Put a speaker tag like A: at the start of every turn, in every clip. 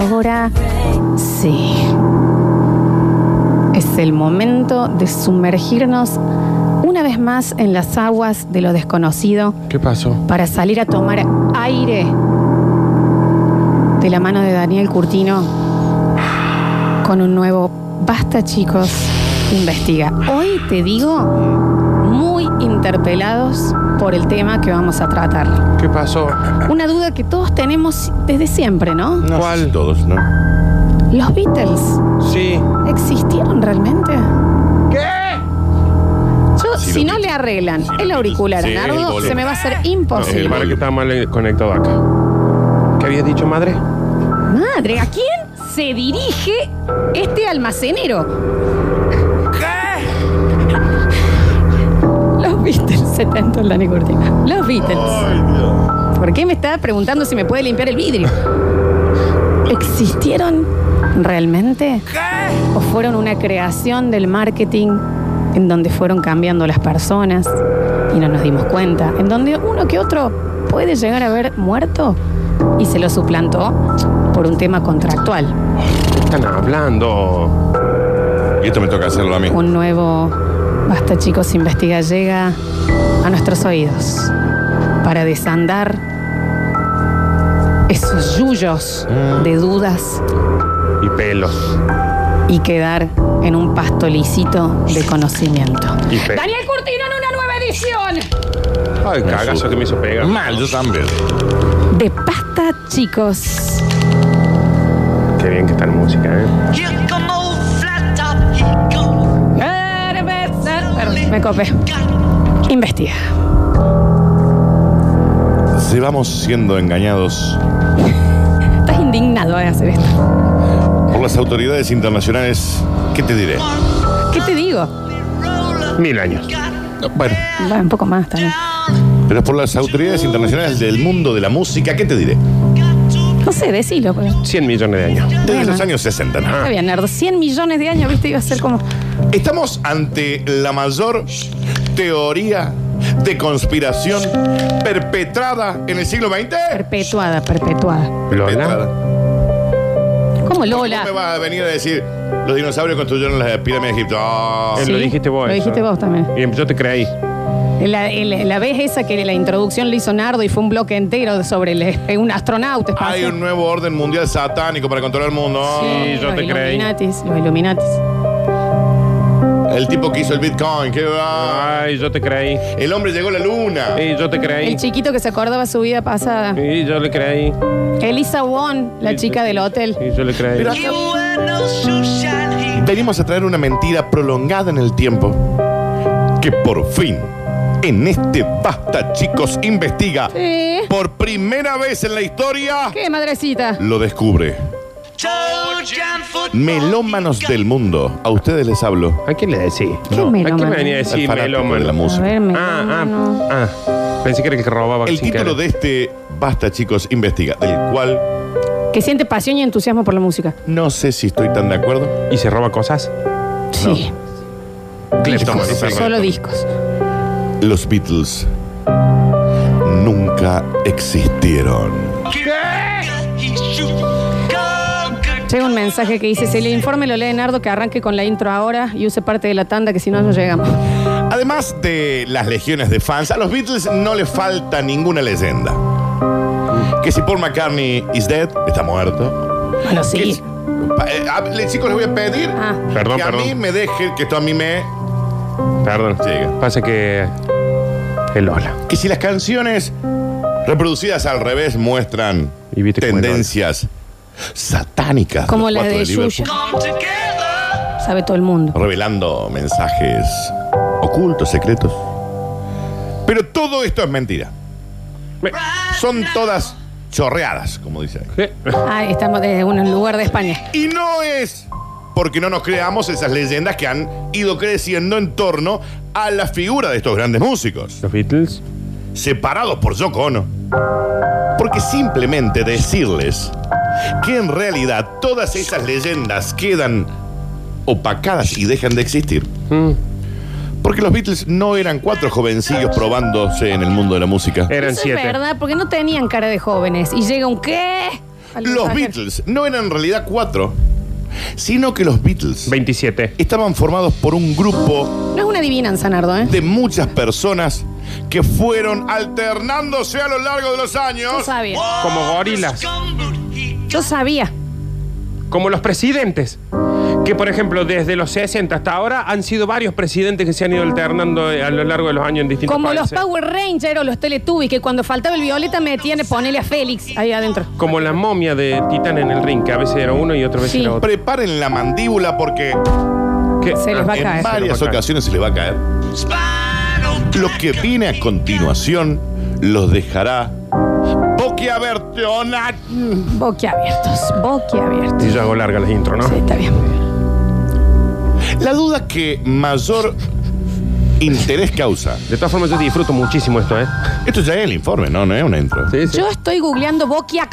A: Ahora sí. Es el momento de sumergirnos una vez más en las aguas de lo desconocido
B: ¿Qué pasó?
A: para salir a tomar aire de la mano de Daniel Curtino con un nuevo Basta chicos, investiga. Hoy te digo, muy interpelados por el tema que vamos a tratar.
B: ¿Qué pasó?
A: Una duda que todos tenemos desde siempre, ¿no?
C: No sé
B: ¿Cuál?
C: si todos, ¿no?
A: ¿Los Beatles
B: Sí.
A: existieron realmente? ¿Qué? Yo,
C: Sí,
A: si
C: los
A: no
C: Beatles.
A: le arreglan
C: Sí, los
A: el
C: Beatles.
A: auricular a
C: Sí, el
A: Nardo,
C: volumen.
A: se me va a hacer
B: El
C: Sí.
A: imposible.
B: para que está mal conectado acá. ¿Qué habías dicho, madre?
A: Madre, ¿a quién se dirige este almacenero? Los Beatles, se tanto el Dani Curtino. Los Beatles. ¿Por qué me estaba preguntando si me puede limpiar el vidrio? ¿Existieron realmente? ¿O fueron una creación del marketing en donde fueron cambiando las personas y no nos dimos cuenta? En donde uno que otro puede llegar a haber muerto y se lo suplantó por un tema contractual.
B: ¿Qué están hablando?
C: Y esto me toca hacerlo a mí.
A: Un nuevo Basta Chicos Investiga llega a nuestros oídos para desandar esos yuyos de dudas
B: Y pelos.
A: y quedar en un pasto lisito de conocimiento.
B: Y pelos.
A: Daniel Curtino en una nueva edición
B: Ay, cagazo que me hizo pegar.
C: Mal, yo también.
A: de Basta Chicos.
B: Qué bien que está la música, ¿eh?
D: Here come old flat top, here come
A: Perdón, Me copé. Investiga.
C: Si vamos siendo engañados
A: Estás indignado de hacer esto.
C: por las autoridades internacionales, ¿qué te diré?
A: ¿Qué te digo?
D: roller
B: Mil años.
C: Bueno,
A: Va, un poco más también.
D: down.
C: pero por las autoridades internacionales del mundo de la música, ¿qué te diré?
D: Got to
A: No sé, decilo. pues.
B: 100 millones de años.
C: Desde
A: Bueno.
C: los años 60, ¿no?
A: Está bien, Nardo. 100 millones de años, viste, iba a ser como...
C: Estamos ante la mayor teoría de conspiración perpetrada en el siglo XX.
A: Perpetuada, perpetuada.
B: Lola.
A: ¿Cómo
C: No me
A: Lola?
C: vas a venir a decir, los dinosaurios construyeron las pirámides de Egipto. Ah,
B: Eh, Lo dijiste vos.
A: Lo
B: eso.
A: dijiste vos también.
B: Y yo te creí.
A: La, el- la vez esa que la introducción le hizo Nardo y fue un bloque entero sobre el- eh, un astronauta.
C: hay
A: espacial.
C: un nuevo orden mundial satánico para controlar el mundo.
A: Sí,
B: yo
A: los
B: te creí.
A: Illuminatis, los Illuminatis.
C: El tipo que hizo el Bitcoin. que- ah,
B: Ay, yo te creí.
C: el hombre llegó a la luna.
B: Y yo te creí.
A: El chiquito que se acordaba su vida pasada.
B: Y yo le creí.
A: Elisa Won, la
B: Y-
A: chica del hotel.
B: Y yo le creí.
C: Mira.
D: You wear no shoeshine here.
C: Venimos a traer una mentira prolongada en el tiempo que por fin, en este Basta Chicos Investiga,
A: Sí.
C: por primera vez en la historia,
A: ¿Qué madrecita?
C: lo descubre.
D: Toe jam football.
C: Melómanos del mundo, a ustedes les hablo.
B: ¿A quién le decís?
A: ¿Qué
C: No,
B: ¿A quién
A: melómano?
B: me venía a decir
C: Al fanático de la
B: melómano?
A: A
C: música.
A: ver,
B: Ah,
A: melómano.
B: ah, ah. Pensé que era el que robaba.
C: El
B: sin
C: título
B: querer.
C: de este Basta Chicos Investiga, del cual
A: Que siente pasión y entusiasmo por la música.
C: no sé si estoy tan de acuerdo.
B: ¿Y se roba cosas?
A: Sí.
C: Cleptómano, perdón.
A: Solo discos.
C: Los Beatles nunca existieron.
D: He shoot. Go, good.
A: Llega un mensaje que dice, si el informe lo lee Nardo, que arranque con la intro ahora y use parte de la tanda, que si no, no llegamos.
C: Además de las legiones de fans, a los Beatles no le falta ninguna leyenda. Que si Paul McCartney is dead, está muerto.
A: Bueno,
C: Que
A: sí.
C: si- pa- eh, a- le- chicos, les voy a pedir
A: Ah.
B: Perdón,
C: que a
B: perdón.
C: mí me dejen, que esto a mí me...
B: Perdón.
C: Llega.
B: Pasa que. El Lola.
C: Que si las canciones reproducidas al revés muestran
B: Y viste cómo
C: tendencias satánicas.
A: Como
C: los
A: la
C: cuatro
A: de
C: Liverpool,
A: Yuya.
D: Come together.
A: Sabe todo el mundo.
C: Revelando mensajes ocultos, secretos. Pero todo esto es mentira. Son todas chorreadas, como dice ahí.
B: ¿Qué?
A: Ah, estamos desde un lugar de España.
C: Y no es porque no nos creamos esas leyendas que han ido creciendo en torno a la figura de estos grandes músicos,
B: ¿Los Beatles?
C: separados por Yoko Ono. Porque simplemente decirles que en realidad todas esas leyendas quedan opacadas y dejan de existir.
B: Mm,
C: Porque los Beatles no eran cuatro jovencillos probándose en el mundo de la música.
B: Eran
A: Eso
B: siete.
A: es verdad, porque no tenían cara de jóvenes. Y llega un qué. Al
C: Los
A: Sager.
C: Beatles no eran en realidad cuatro, sino que los Beatles
B: 27.
C: estaban formados por un grupo
A: No es una adivinanza, Nardo, ¿eh?
C: de muchas personas que fueron alternándose a lo largo de los
A: Yo
C: años.
A: sabía.
B: Como gorilas.
A: Yo sabía.
B: Como los presidentes. Que, por ejemplo, desde los 60 hasta ahora han sido varios presidentes que se han ido alternando eh, a lo largo de los años en distintos
A: Como los
B: países.
A: Power Rangers o los Teletubbies, que cuando faltaba el violeta metían, ponele a Félix ahí adentro.
B: Como la momia de Titán en el ring, que a veces era uno y otra vez
A: Sí.
B: era otro.
C: Preparen la mandíbula porque
B: ¿Qué?
A: Se les va a
B: Ah,
A: caer.
C: en
B: Se le va
C: varias
B: a caer.
C: ocasiones se les va a caer. Lo que viene a continuación los dejará boquiabertona.
A: Boquiabiertos, boquiabiertos.
B: Y yo hago larga las intro, ¿no?
A: Sí, está bien.
C: La duda que mayor interés causa.
B: De todas formas, yo disfruto muchísimo esto, ¿eh?
C: Esto ya es el informe, no, no es una intro.
B: Sí, sí.
A: Yo estoy googleando boquia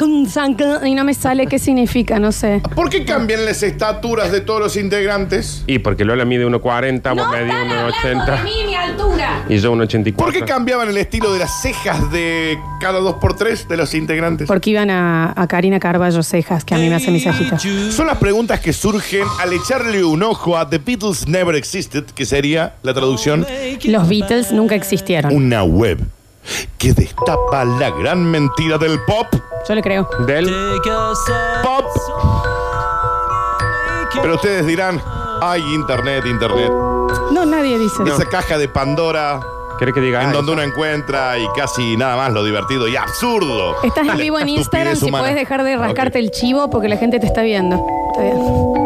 A: y no me sale qué significa, no sé.
C: ¿Por qué cambian las estaturas de todos los integrantes?
B: Y porque Lola mide 1,40, vos
A: No
B: medís
A: están hablando
B: 1,80
A: de mí, mi altura.
B: y yo 1,84.
C: ¿Por qué cambiaban el estilo de las cejas de cada dos por tres de los integrantes?
A: Porque iban a, a Karina Carballo cejas, que a mí me hace mis cejitas.
C: Son las preguntas que surgen al echarle un ojo a The Beatles Never Existed, que sería la traducción
A: Los Beatles nunca existieron.
C: una web que destapa la gran mentira del pop,
A: Yo le creo.
B: Del.
C: pop. Pero ustedes dirán, ay, internet, internet.
A: No, nadie dice.
C: Esa caja de Pandora
B: ¿Querés que diga?
C: en
B: ah,
C: donde uno encuentra y casi nada más lo divertido y absurdo.
A: Estás
C: La
A: en vivo en
C: estupidez
A: Instagram si
C: humana.
A: puedes dejar de rascarte
C: Ok.
A: el chivo porque la gente te está viendo. Está bien.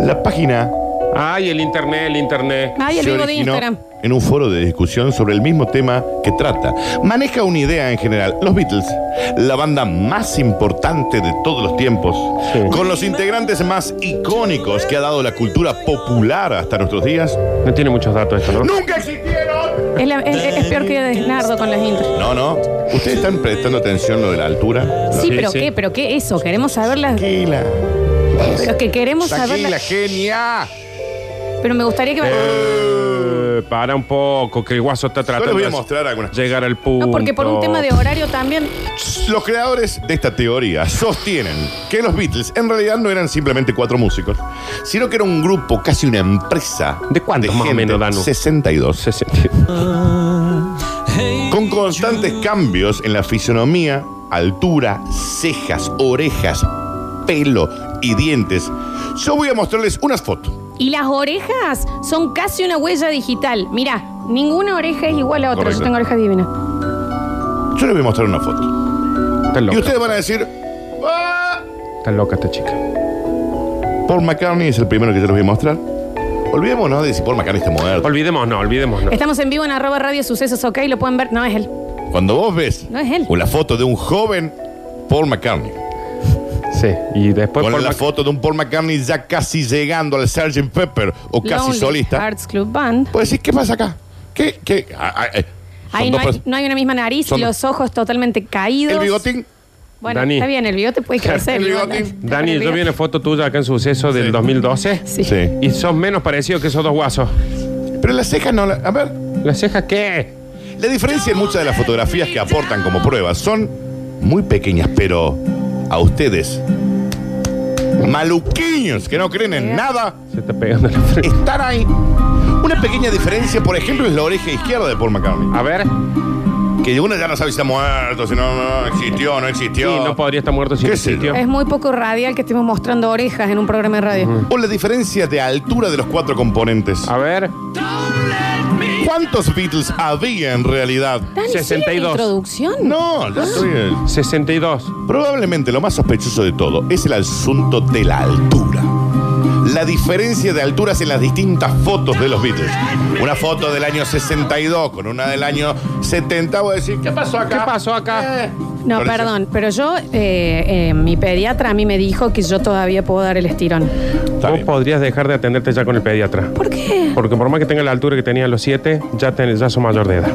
C: La página
B: Ay, el internet, el internet.
A: Ay, el
C: se
A: vivo de
C: originó
A: Instagram.
C: En un foro de discusión sobre el mismo tema que trata. Maneja una idea en general. Los Beatles, la banda más importante de todos los tiempos,
B: Sí.
C: con los integrantes más icónicos que ha dado la cultura popular hasta nuestros días,
B: No tiene muchos datos esto, ¿no?
C: nunca existieron.
A: Es, la- es- es peor que Desnardo con las intros.
C: No, no. ¿Ustedes están prestando atención lo de la altura?
A: Sí,
B: Sí,
A: pero
B: sí.
A: qué, pero qué eso, queremos saberlas.
C: Tranquila.
A: Pero que queremos
C: Tranquila,
A: saberlas.
C: genia.
A: Pero me gustaría que.
B: Eh, para un poco, que el guaso está
C: Yo
B: tratando
C: les voy a
B: de
C: mostrar algunas.
B: llegar al punto.
A: No, porque por un tema de horario también.
C: Los creadores de esta teoría sostienen que los Beatles en realidad no eran simplemente cuatro músicos, sino que era un grupo, casi una empresa.
B: ¿De cuántos más o
C: gente,
B: menos, Danu?
C: 62.
B: Se siente-
C: Con constantes cambios en la fisonomía, altura, cejas, orejas, pelo y dientes. Yo voy a mostrarles unas fotos.
A: Y las orejas son casi una huella digital. Mira, ninguna oreja es igual a otra.
C: Correcto.
A: Yo tengo oreja divina.
C: Yo les voy a mostrar una foto.
B: Está
C: Y
B: loca.
C: ustedes van a decir, "Ah,
B: Está loca esta chica.
C: Paul McCartney es el primero que yo les voy a mostrar. Olvidémonos de si Paul McCartney está muerto.
B: Olvidemos, no, olvidemos, no.
A: Estamos en vivo en arroba radio sucesos, ok, lo pueden ver. No es él.
C: Cuando vos ves
A: No es él.
C: una foto de un joven Paul McCartney,
B: Sí, y después
C: Ponen
B: por
C: la
B: la
C: foto de un Paul McCartney ya casi llegando al Sgt. Pepper o casi
A: Lonely
C: solista.
A: Hearts Club Band.
C: Pues decís, ¿qué pasa acá? ¿Qué? qué? Ah, ah, eh. Son
A: Ahí no
C: dos
A: hay,
C: pers-
A: no hay una misma nariz,
C: son-
A: los ojos totalmente caídos.
C: El bigotín.
A: Bueno,
B: Dani.
A: está bien, el bigote puede
C: Claro,
A: crecer.
C: el
A: igual,
C: bigotín.
A: ¿no?
B: Dani,
A: El
B: yo vi
A: bigote.
B: una foto tuya acá en suceso del
C: Sí.
B: 2012
A: Sí.
C: Sí.
B: y son menos parecidos que esos dos guasos.
C: Pero las cejas no. la- A ver,
B: ¿Las cejas qué?
C: la diferencia en muchas de las fotografías que aportan como pruebas son muy pequeñas, pero a ustedes, maluquiños que no creen en nada,
B: Se está pegando la frente.
C: están ahí. Una pequeña diferencia, por ejemplo, es la oreja izquierda de Paul McCartney.
B: A ver,
C: Que uno ya no sabe si está muerto, si no, no, no existió, no
B: sí,
C: existió.
B: no podría estar muerto sin
C: ¿Qué sé
B: sitio.
A: Es muy poco radial que estemos mostrando orejas en un programa de radio.
C: O la diferencia de altura de los cuatro componentes.
B: A ver,
C: ¿Cuántos Beatles había en realidad?
A: Dani, ¿sí era
B: 62.
A: la introducción?
C: No, ya estoy, eh,
B: 62.
C: Probablemente lo más sospechoso de todo es el asunto de la altura. La diferencia de alturas en las distintas fotos de los Beatles. Una foto del año 62 con una del año 70, voy a decir, ¿qué pasó
B: ¿Qué
C: acá?
B: pasó acá?
C: Eh,
A: No,
C: por eso.
A: perdón, pero yo, eh, eh, mi pediatra a mí me dijo que yo todavía puedo dar el estirón.
C: Está
B: Vos
C: bien.
B: podrías dejar de atenderte ya con el pediatra.
A: ¿Por qué?
B: Porque por más que tenga la altura que tenía a los 7, ya, ten- ya son mayor de edad.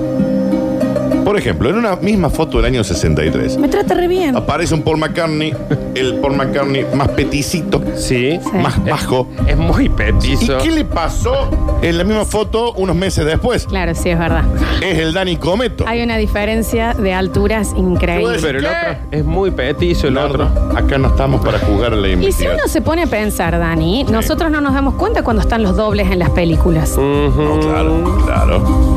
C: Por ejemplo, en una misma foto del año 63,
A: Me trata re bien.
C: aparece un Paul McCartney, el Paul McCartney más peticito,
B: Sí.
A: Sí.
C: más bajo.
B: Es muy
C: ¿Y
B: petizo.
C: qué le pasó en la misma foto unos meses después?
A: Claro, sí, es verdad.
C: Es el Dani Cometo.
A: Hay una diferencia de alturas increíble.
B: Pero el otro es muy petizo, el
C: Nardo,
B: otro.
C: acá no estamos para jugar a la
A: Y si
C: investigación.
A: uno se pone a pensar, Dani, nosotros no nos damos cuenta cuando están los dobles en las películas.
C: No, claro, claro.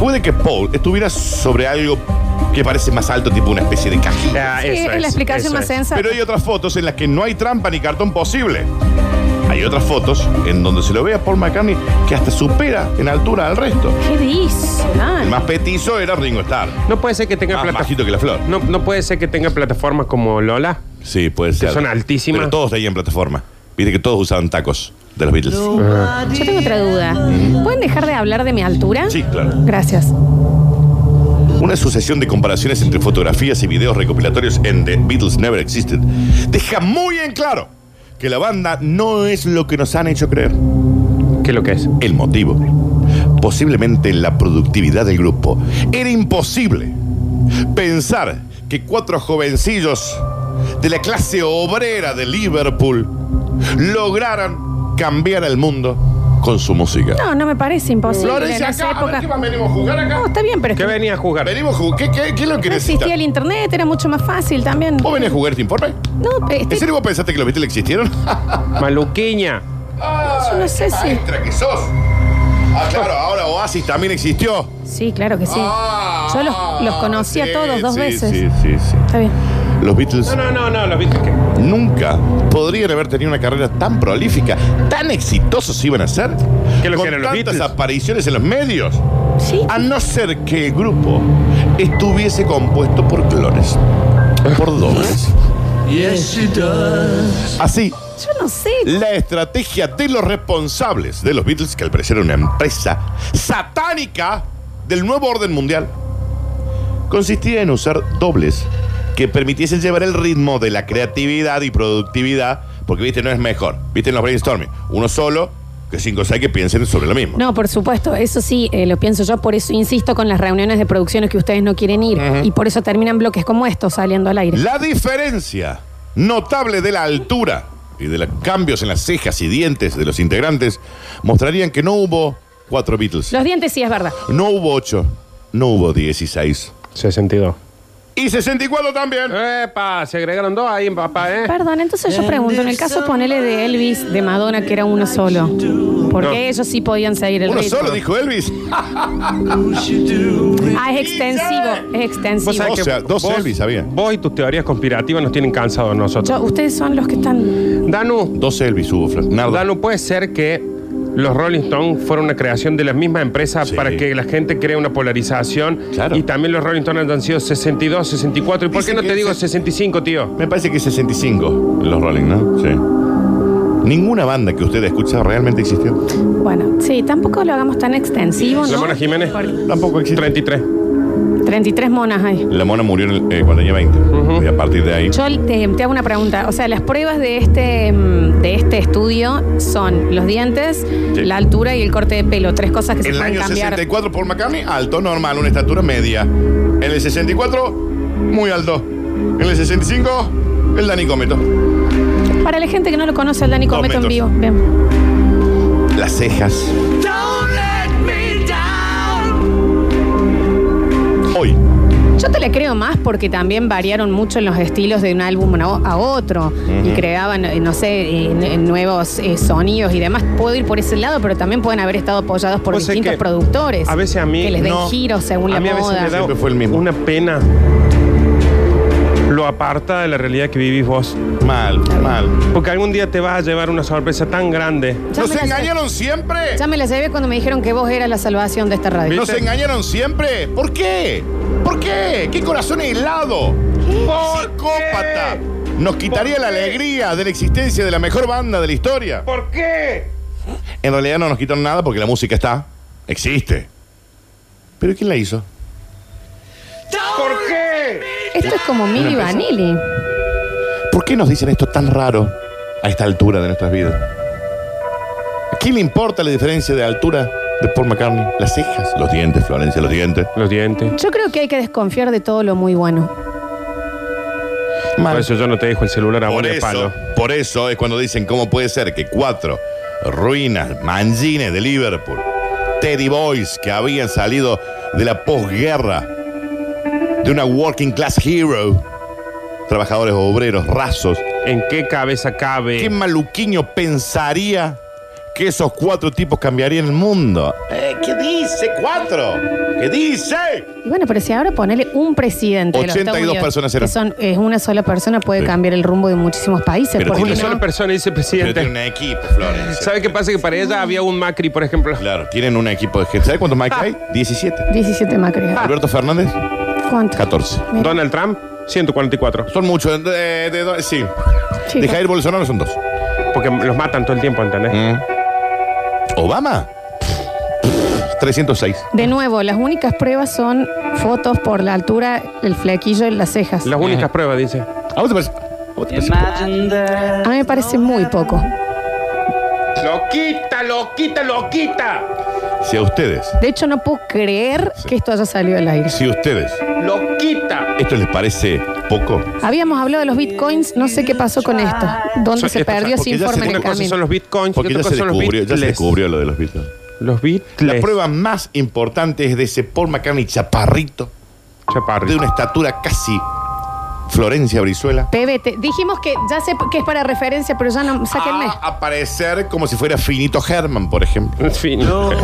C: Puede que Paul estuviera sobre algo que parece más alto, tipo una especie de cajita.
B: Ah,
A: Sí,
B: eso
A: es la explicación
B: eso
A: más
B: es.
A: sensata.
C: Pero hay otras fotos en las que no hay trampa ni cartón posible. Hay otras fotos en donde se lo ve a Paul McCartney que hasta supera en altura al resto.
A: ¿Qué dice, Ah,
C: El
A: Dani?
C: más petizo era Ringo Starr.
B: No puede ser que tenga
C: Más
B: plata-
C: bajito que la flor.
B: No, no puede ser que tenga plataformas como Lola.
C: Sí, puede ser.
B: son altísimas.
C: Pero todos leían plataforma. Viste que todos usaban tacos de los Beatles.
A: Yo tengo otra duda. ¿Pueden dejar de hablar de mi altura?
C: Mm. Sí, claro.
A: Gracias.
C: Una sucesión de comparaciones entre fotografías y videos recopilatorios en The Beatles Never Existed deja muy en claro que la banda no es lo que nos han hecho creer.
B: ¿Qué es lo que es?
C: El motivo, posiblemente la productividad del grupo, era imposible pensar que cuatro jovencillos de la clase obrera de Liverpool lograran cambiar el mundo con su música.
A: No, no me parece imposible. en
C: Florencia,
A: esa
C: acá, a ver,
A: época.
C: ¿qué más venimos a jugar acá?
A: No, está bien, pero es
B: ¿Qué
A: que
B: venía a jugar?
C: Venimos a jugar. ¿Qué, qué, qué es lo que
A: no existía
C: necesitas?
A: el internet, era mucho más fácil también.
C: ¿Vos venís a jugar este informe?
A: No, pe-
C: ¿En
A: este-
C: serio vos pensaste que los Beatles existieron?
B: Maluquiña.
A: yo no sé si.
C: Maestra que sos. Ah, claro, ahora Oasis también existió.
A: Sí, claro que sí.
C: Ah,
A: Yo los, los conocí
C: sí,
A: a todos dos
C: sí,
A: veces.
C: Sí, sí, sí.
A: Está bien.
C: Los Beatles
B: No, no, no, no, los Beatles que.
C: nunca podrían haber tenido una carrera tan prolífica, tan exitosos iban a ser,
B: ¿Qué lo que
C: con
B: eran los
C: tantas
B: Beatles?
C: apariciones en los medios,
A: Sí.
C: a Ah, no ser que el grupo estuviese compuesto por clones, por dobles. Así,
A: Yo no sé.
C: La estrategia de los responsables de los Beatles, que al parecer era una empresa satánica del nuevo orden mundial, consistía en usar dobles que permitiesen llevar el ritmo de la creatividad y productividad, porque, viste, no es mejor. Viste en los brainstorming, uno solo que cinco o seis que piensen sobre lo mismo.
A: No, por supuesto, eso sí, eh, lo pienso yo, por eso insisto con las reuniones de producciones que ustedes no quieren ir y por eso terminan bloques como estos saliendo al aire.
C: La diferencia notable de la altura y de los cambios en las cejas y dientes de los integrantes mostrarían que no hubo cuatro Beatles.
A: Los dientes sí es verdad.
C: No hubo 8, no hubo 16.
B: 62.
C: Y 64 también.
A: Eh,
B: Epa, se agregaron dos ahí, papá, ¿eh?
A: Perdón, entonces yo pregunto, en el caso ponele de Elvis, de Madonna, que era uno solo, porque
B: No.
A: ellos sí podían seguir el
C: Uno
A: ritmo?
C: solo, dijo Elvis.
A: Ah, es extensivo, es
B: Vos
A: extensivo.
B: sabés
C: O sea, dos Elvis había.
B: Vos y tus teorías conspirativas nos tienen cansados a nosotros.
A: Yo- ustedes son los que están...
B: Danu,
C: 12 Elvis hubo, Flor. Nardo.
B: Danu, ¿puede ser que los Rolling Stones fueron una creación de la misma empresa
C: Sí.
B: para que la gente cree una polarización?
C: Claro.
B: Y también los Rolling Stones han sido 62, 64. ¿Y por
C: Dice
B: qué no
C: que
B: te digo
C: se-
B: 65, tío?
C: Me parece que 65 los Rolling, ¿no? Sí. Ninguna banda que usted escucha realmente existió.
A: Bueno, sí, tampoco lo hagamos tan extensivo, ¿no?
B: La Mona Jiménez.
A: Porque-
C: Tampoco existe.
B: 33.
A: 33 monas hay.
C: La mona murió en el- eh, cuando tenía 20. Y a partir de ahí.
A: Yo te, te hago una pregunta. O sea, las pruebas de este, mm, de este estudio son los dientes,
C: Sí.
A: la altura y el corte de pelo. Tres cosas que
C: En
A: se
C: el
A: pueden
C: año
A: cambiar.
C: 64, Paul McCartney, alto, normal, una estatura media. En el 64, muy alto. En el 65, el Dani Cometo.
A: Para la gente que no lo conoce, el Dani
C: Dos
A: Cometo en vivo.
C: metros.
A: Bien.
C: Las cejas.
D: Don't let me down.
C: Hoy.
A: Yo te la creo más porque también variaron mucho en los estilos de un álbum a a otro y creaban, eh, no sé, eh, n- nuevos eh, sonidos y demás. Puedo ir por ese lado, pero también pueden haber estado apoyados por
B: Vos sé
A: distintos
B: que
A: productores.
B: A veces a mí.
A: Que les den
B: no.
A: giros según
B: a
A: la
B: mí a veces
A: moda.
B: me da
C: Siempre fue el mismo.
B: Una pena. Lo aparta de la realidad que vivís vos.
C: Mal, mal.
B: Porque algún día te vas a llevar una sorpresa tan grande.
A: Ya
C: ¿Nos
A: me la sé.
C: engañaron siempre?
A: Ya me la llevé cuando me dijeron que vos eras la salvación de esta radio.
C: ¿Nos engañaron siempre? ¿Por qué? ¿Por qué? ¿Qué corazón helado?
B: ¿Por
C: ¡Psicópata!
B: qué?
C: Nos quitaría
B: ¿Por
C: la
B: qué?
C: alegría de la existencia de la mejor banda de la historia.
B: ¿Por qué?
C: En realidad no nos quitaron nada porque la música está. Existe. ¿Pero quién la hizo?
B: ¿Por qué?
A: Esto es como Milli
C: empresa.
A: Vanilli.
C: ¿Por qué nos dicen esto tan raro a esta altura de nuestras vidas? ¿A quién le importa la diferencia de altura de Paul McCartney. Las cejas, los dientes, Florencia, los dientes.
B: Los dientes.
A: Yo creo que hay que desconfiar de todo lo muy bueno.
B: Por eso yo no te dejo el celular a
C: Por
B: vos de palo.
C: eso, por eso es cuando dicen cómo puede ser que cuatro ruinas, mangines de Liverpool, Teddy Boys que habían salido de la posguerra, de una working class hero, trabajadores obreros, rasos,
B: ¿En qué cabeza cabe?
C: ¿qué maluquiño pensaría que esos cuatro tipos cambiarían el mundo? Eh, ¿Qué dice cuatro? ¿Qué dice?
A: Y bueno, pero si ahora ponele un presidente. de los Estados
C: 82
A: Unidos,
C: personas eran.
A: Que son, es una sola persona, puede
C: Sí.
A: cambiar el rumbo de muchísimos países.
C: Pero
A: ¿por qué
B: Una
C: tiene
A: no?
B: sola persona dice
C: Pero tienen un
B: presidente.
C: equipo, Florencia.
B: ¿Sabe qué pasa? Que para ella había un Macri, por ejemplo.
C: Claro, tienen un equipo de gente. ¿Sabes cuántos Mike hay?
B: Ah.
C: 17.
A: 17 Macri.
C: Alberto Fernández,
A: ¿Cuánto?
C: 14.
A: Mira,
B: Donald Trump, 144.
C: Son muchos. De, de- de- sí.
A: chicos.
C: De Jair Bolsonaro son dos.
B: Porque los matan todo el tiempo, ¿entendés?
C: Obama. 306.
A: De nuevo, las únicas pruebas son fotos por la altura, el flequillo y las
C: Mm.
A: cejas.
B: Las únicas pruebas, dice.
C: ¿A vos te parece? a vos te parece?
A: A mí me parece muy poco.
B: ¡Loquita, loquita, loquita!
C: Si a ustedes,
A: De hecho, no puedo creer
C: Sí.
A: que esto haya salido al aire.
C: si a ustedes,
B: ¡Loquita!
C: esto les parece poco.
A: Habíamos hablado de los bitcoins, no sé qué pasó con esto. ¿Dónde
B: Son-
A: se
B: esto-
A: perdió
C: porque
A: sin
C: ya se-
A: forma en
B: Una
A: el
B: cosa
A: camino?
B: son los bitcoins y
C: Porque
B: otra
C: ya
B: cosa
C: se,
B: son los
C: descubrió, ya se
B: bitles.
C: descubrió lo de los Beatles.
B: Los bitles.
C: La prueba más importante es de ese Paul McCartney chaparrito, de
B: Chaparrito.
C: una estatura casi Florencia Brizuela.
A: PBT. Dijimos que ya sé que es para referencia, pero ya no. Sáquenme.
B: Ah,
C: A aparecer como si fuera Finito Herman, por ejemplo.
B: En fin.
D: Oh,
A: ¿Quién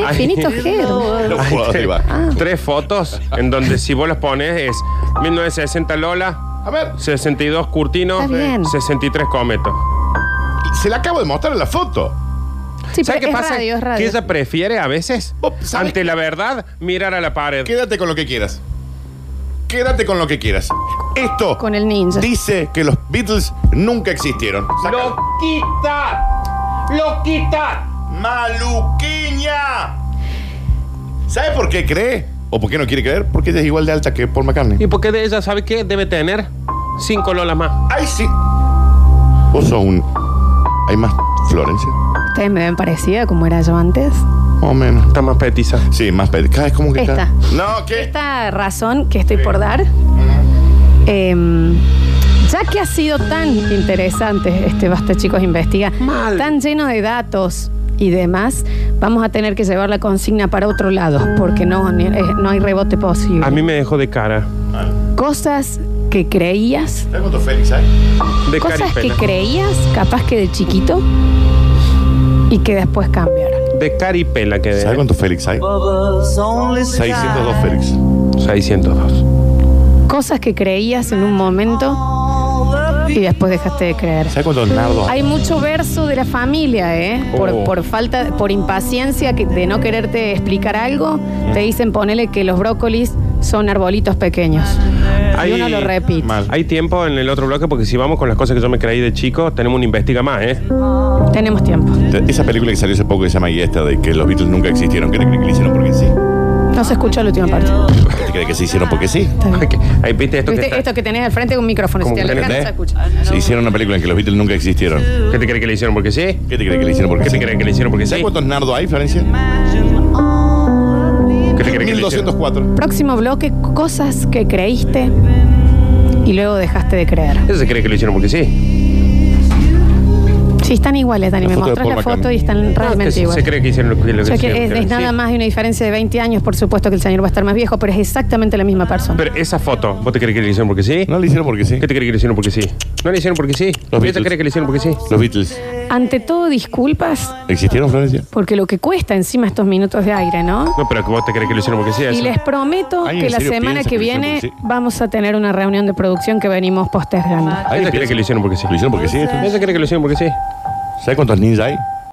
A: es
B: ah. Ay.
A: Finito Germ?
C: Los jugadores de básquet.
A: Ah.
B: Tres fotos en donde si vos las pones es 1960 Lola,
C: A ver,
B: 62 Curtino,
A: Está bien.
B: 63 Cometo.
C: se la acabo de mostrar en la foto.
A: Sí, pero
B: ¿Sabes qué
A: es
B: pasa?
A: radio, es
B: Que
A: radio.
B: ella prefiere a veces,
C: Vos sabés
B: ante
C: que-
B: la verdad, mirar a la pared.
C: Quédate con lo que quieras. Quédate con lo que quieras. Esto
A: Con el ninja.
C: dice que los Beatles nunca existieron. Saca-
B: ¡Loquita! ¡Loquita!
C: ¡Maluquiña! ¿Sabe por qué cree? ¿O por qué no quiere creer? Porque ella es igual de alta que Paul McCartney.
B: ¿Y por qué de ella sabe qué? Debe tener cinco lolas más.
C: ¡Ay, sí! Vos sos un... ¿Hay más Florencia?
A: Ustedes me ven parecida como era yo antes.
C: Más o menos.
B: Está más petiza.
C: Sí, más... pe- Cada vez como que...
A: Esta.
C: cada- No, ¿qué?
A: Esta razón que estoy por dar, em, ya que ha sido tan interesante este Basta Chicos Investiga,
B: Mal.
A: tan lleno de datos y demás, vamos a tener que llevar la consigna para otro lado, porque no, ni- eh, no hay rebote posible.
B: A mí me dejó de cara.
A: Cosas que creías,
C: ¿Sabes cuánto Félix hay?
B: De cara y
A: cosas que
B: pena.
A: creías capaz que de chiquito y que después cambiaron.
B: De cara y pela
C: ¿Sabes
B: quedé.
C: cuánto Félix hay? 602 Félix.
B: 602.
A: Cosas que creías en un momento y después dejaste de creer.
C: ¿Sabes cuánto Nardo hay?
A: Hay mucho verso de la familia, ¿eh? Por,
B: Oh.
A: por falta, por impaciencia que- de no quererte explicar algo, te dicen ponele que los brócolis son arbolitos pequeños.
B: Hay-
A: y uno lo repite.
C: Mal.
B: Hay tiempo en el otro bloque porque si vamos con las cosas que yo me creí de chico, tenemos un investiga más, ¿eh?
A: Tenemos tiempo.
C: Te- Esa película que salió hace poco que se llama Y esta de que los Beatles nunca existieron, ¿qué te crees que le hicieron porque sí?
A: No se escuchó la última parte.
C: ¿Qué te crees que se hicieron porque sí?
A: Está bien.
B: Que- Ahí viste esto que,
A: ¿Viste
B: está-
A: esto que tenés al frente con un micrófono?
B: Como
A: Si te
B: que
A: alejas, no
C: tenés-
A: se escucha.
C: Se hicieron una película en que los Beatles nunca existieron.
B: ¿Qué te crees que le hicieron porque sí?
C: ¿Qué te crees que le hicieron porque
B: ¿Qué
C: sí?
B: te crees que le hicieron porque sí?
C: ¿Sabes cuántos nardos hay, Florencia?
B: ¿Qué te crees que le hicieron?
C: 1204.
A: Próximo bloque, cosas que creíste y luego dejaste de creer.
B: Eso se cree que lo hicieron porque sí.
A: Sí, están iguales, Dani. Me
C: La foto de
A: mostrás
C: Paul
A: la foto
C: McCartney.
A: y están
B: No, que
A: realmente
B: se-
A: iguales.
B: Se cree que hicieron lo que, lo
A: O
B: que
A: sea
B: hicieron
A: que es,
B: porque
A: es
B: sí.
A: nada más de una diferencia de 20 años, por supuesto que el señor va a estar más viejo, pero es exactamente la misma persona.
B: Pero esa foto, ¿vos te crees que le hicieron porque sí?
C: No le hicieron porque sí.
B: ¿Qué te crees que le hicieron porque sí? No le hicieron porque sí.
C: Los
B: ¿Ella
C: Beatles.
B: cree que le hicieron porque sí?
C: Los Beatles.
A: Ante todo, disculpas,
C: ¿Existieron, Florencia?
A: porque lo que cuesta encima estos minutos de aire, ¿no?
B: No, pero que vos te crees que lo hicieron porque sí. a
A: Y
B: eso.
A: les prometo
C: ¿Alguien
A: que
C: en
A: la
C: serio
A: semana que
C: piensa que lo
A: viene
C: hicieron porque sí?
A: vamos a tener una reunión de producción que venimos postergando.
B: ¿A ella cree que lo hicieron porque sí?
C: ¿Lo hicieron porque sí? esto?
B: ¿Ella cree que lo hicieron porque sí?
C: ¿Sabes cuántos ninjas hay?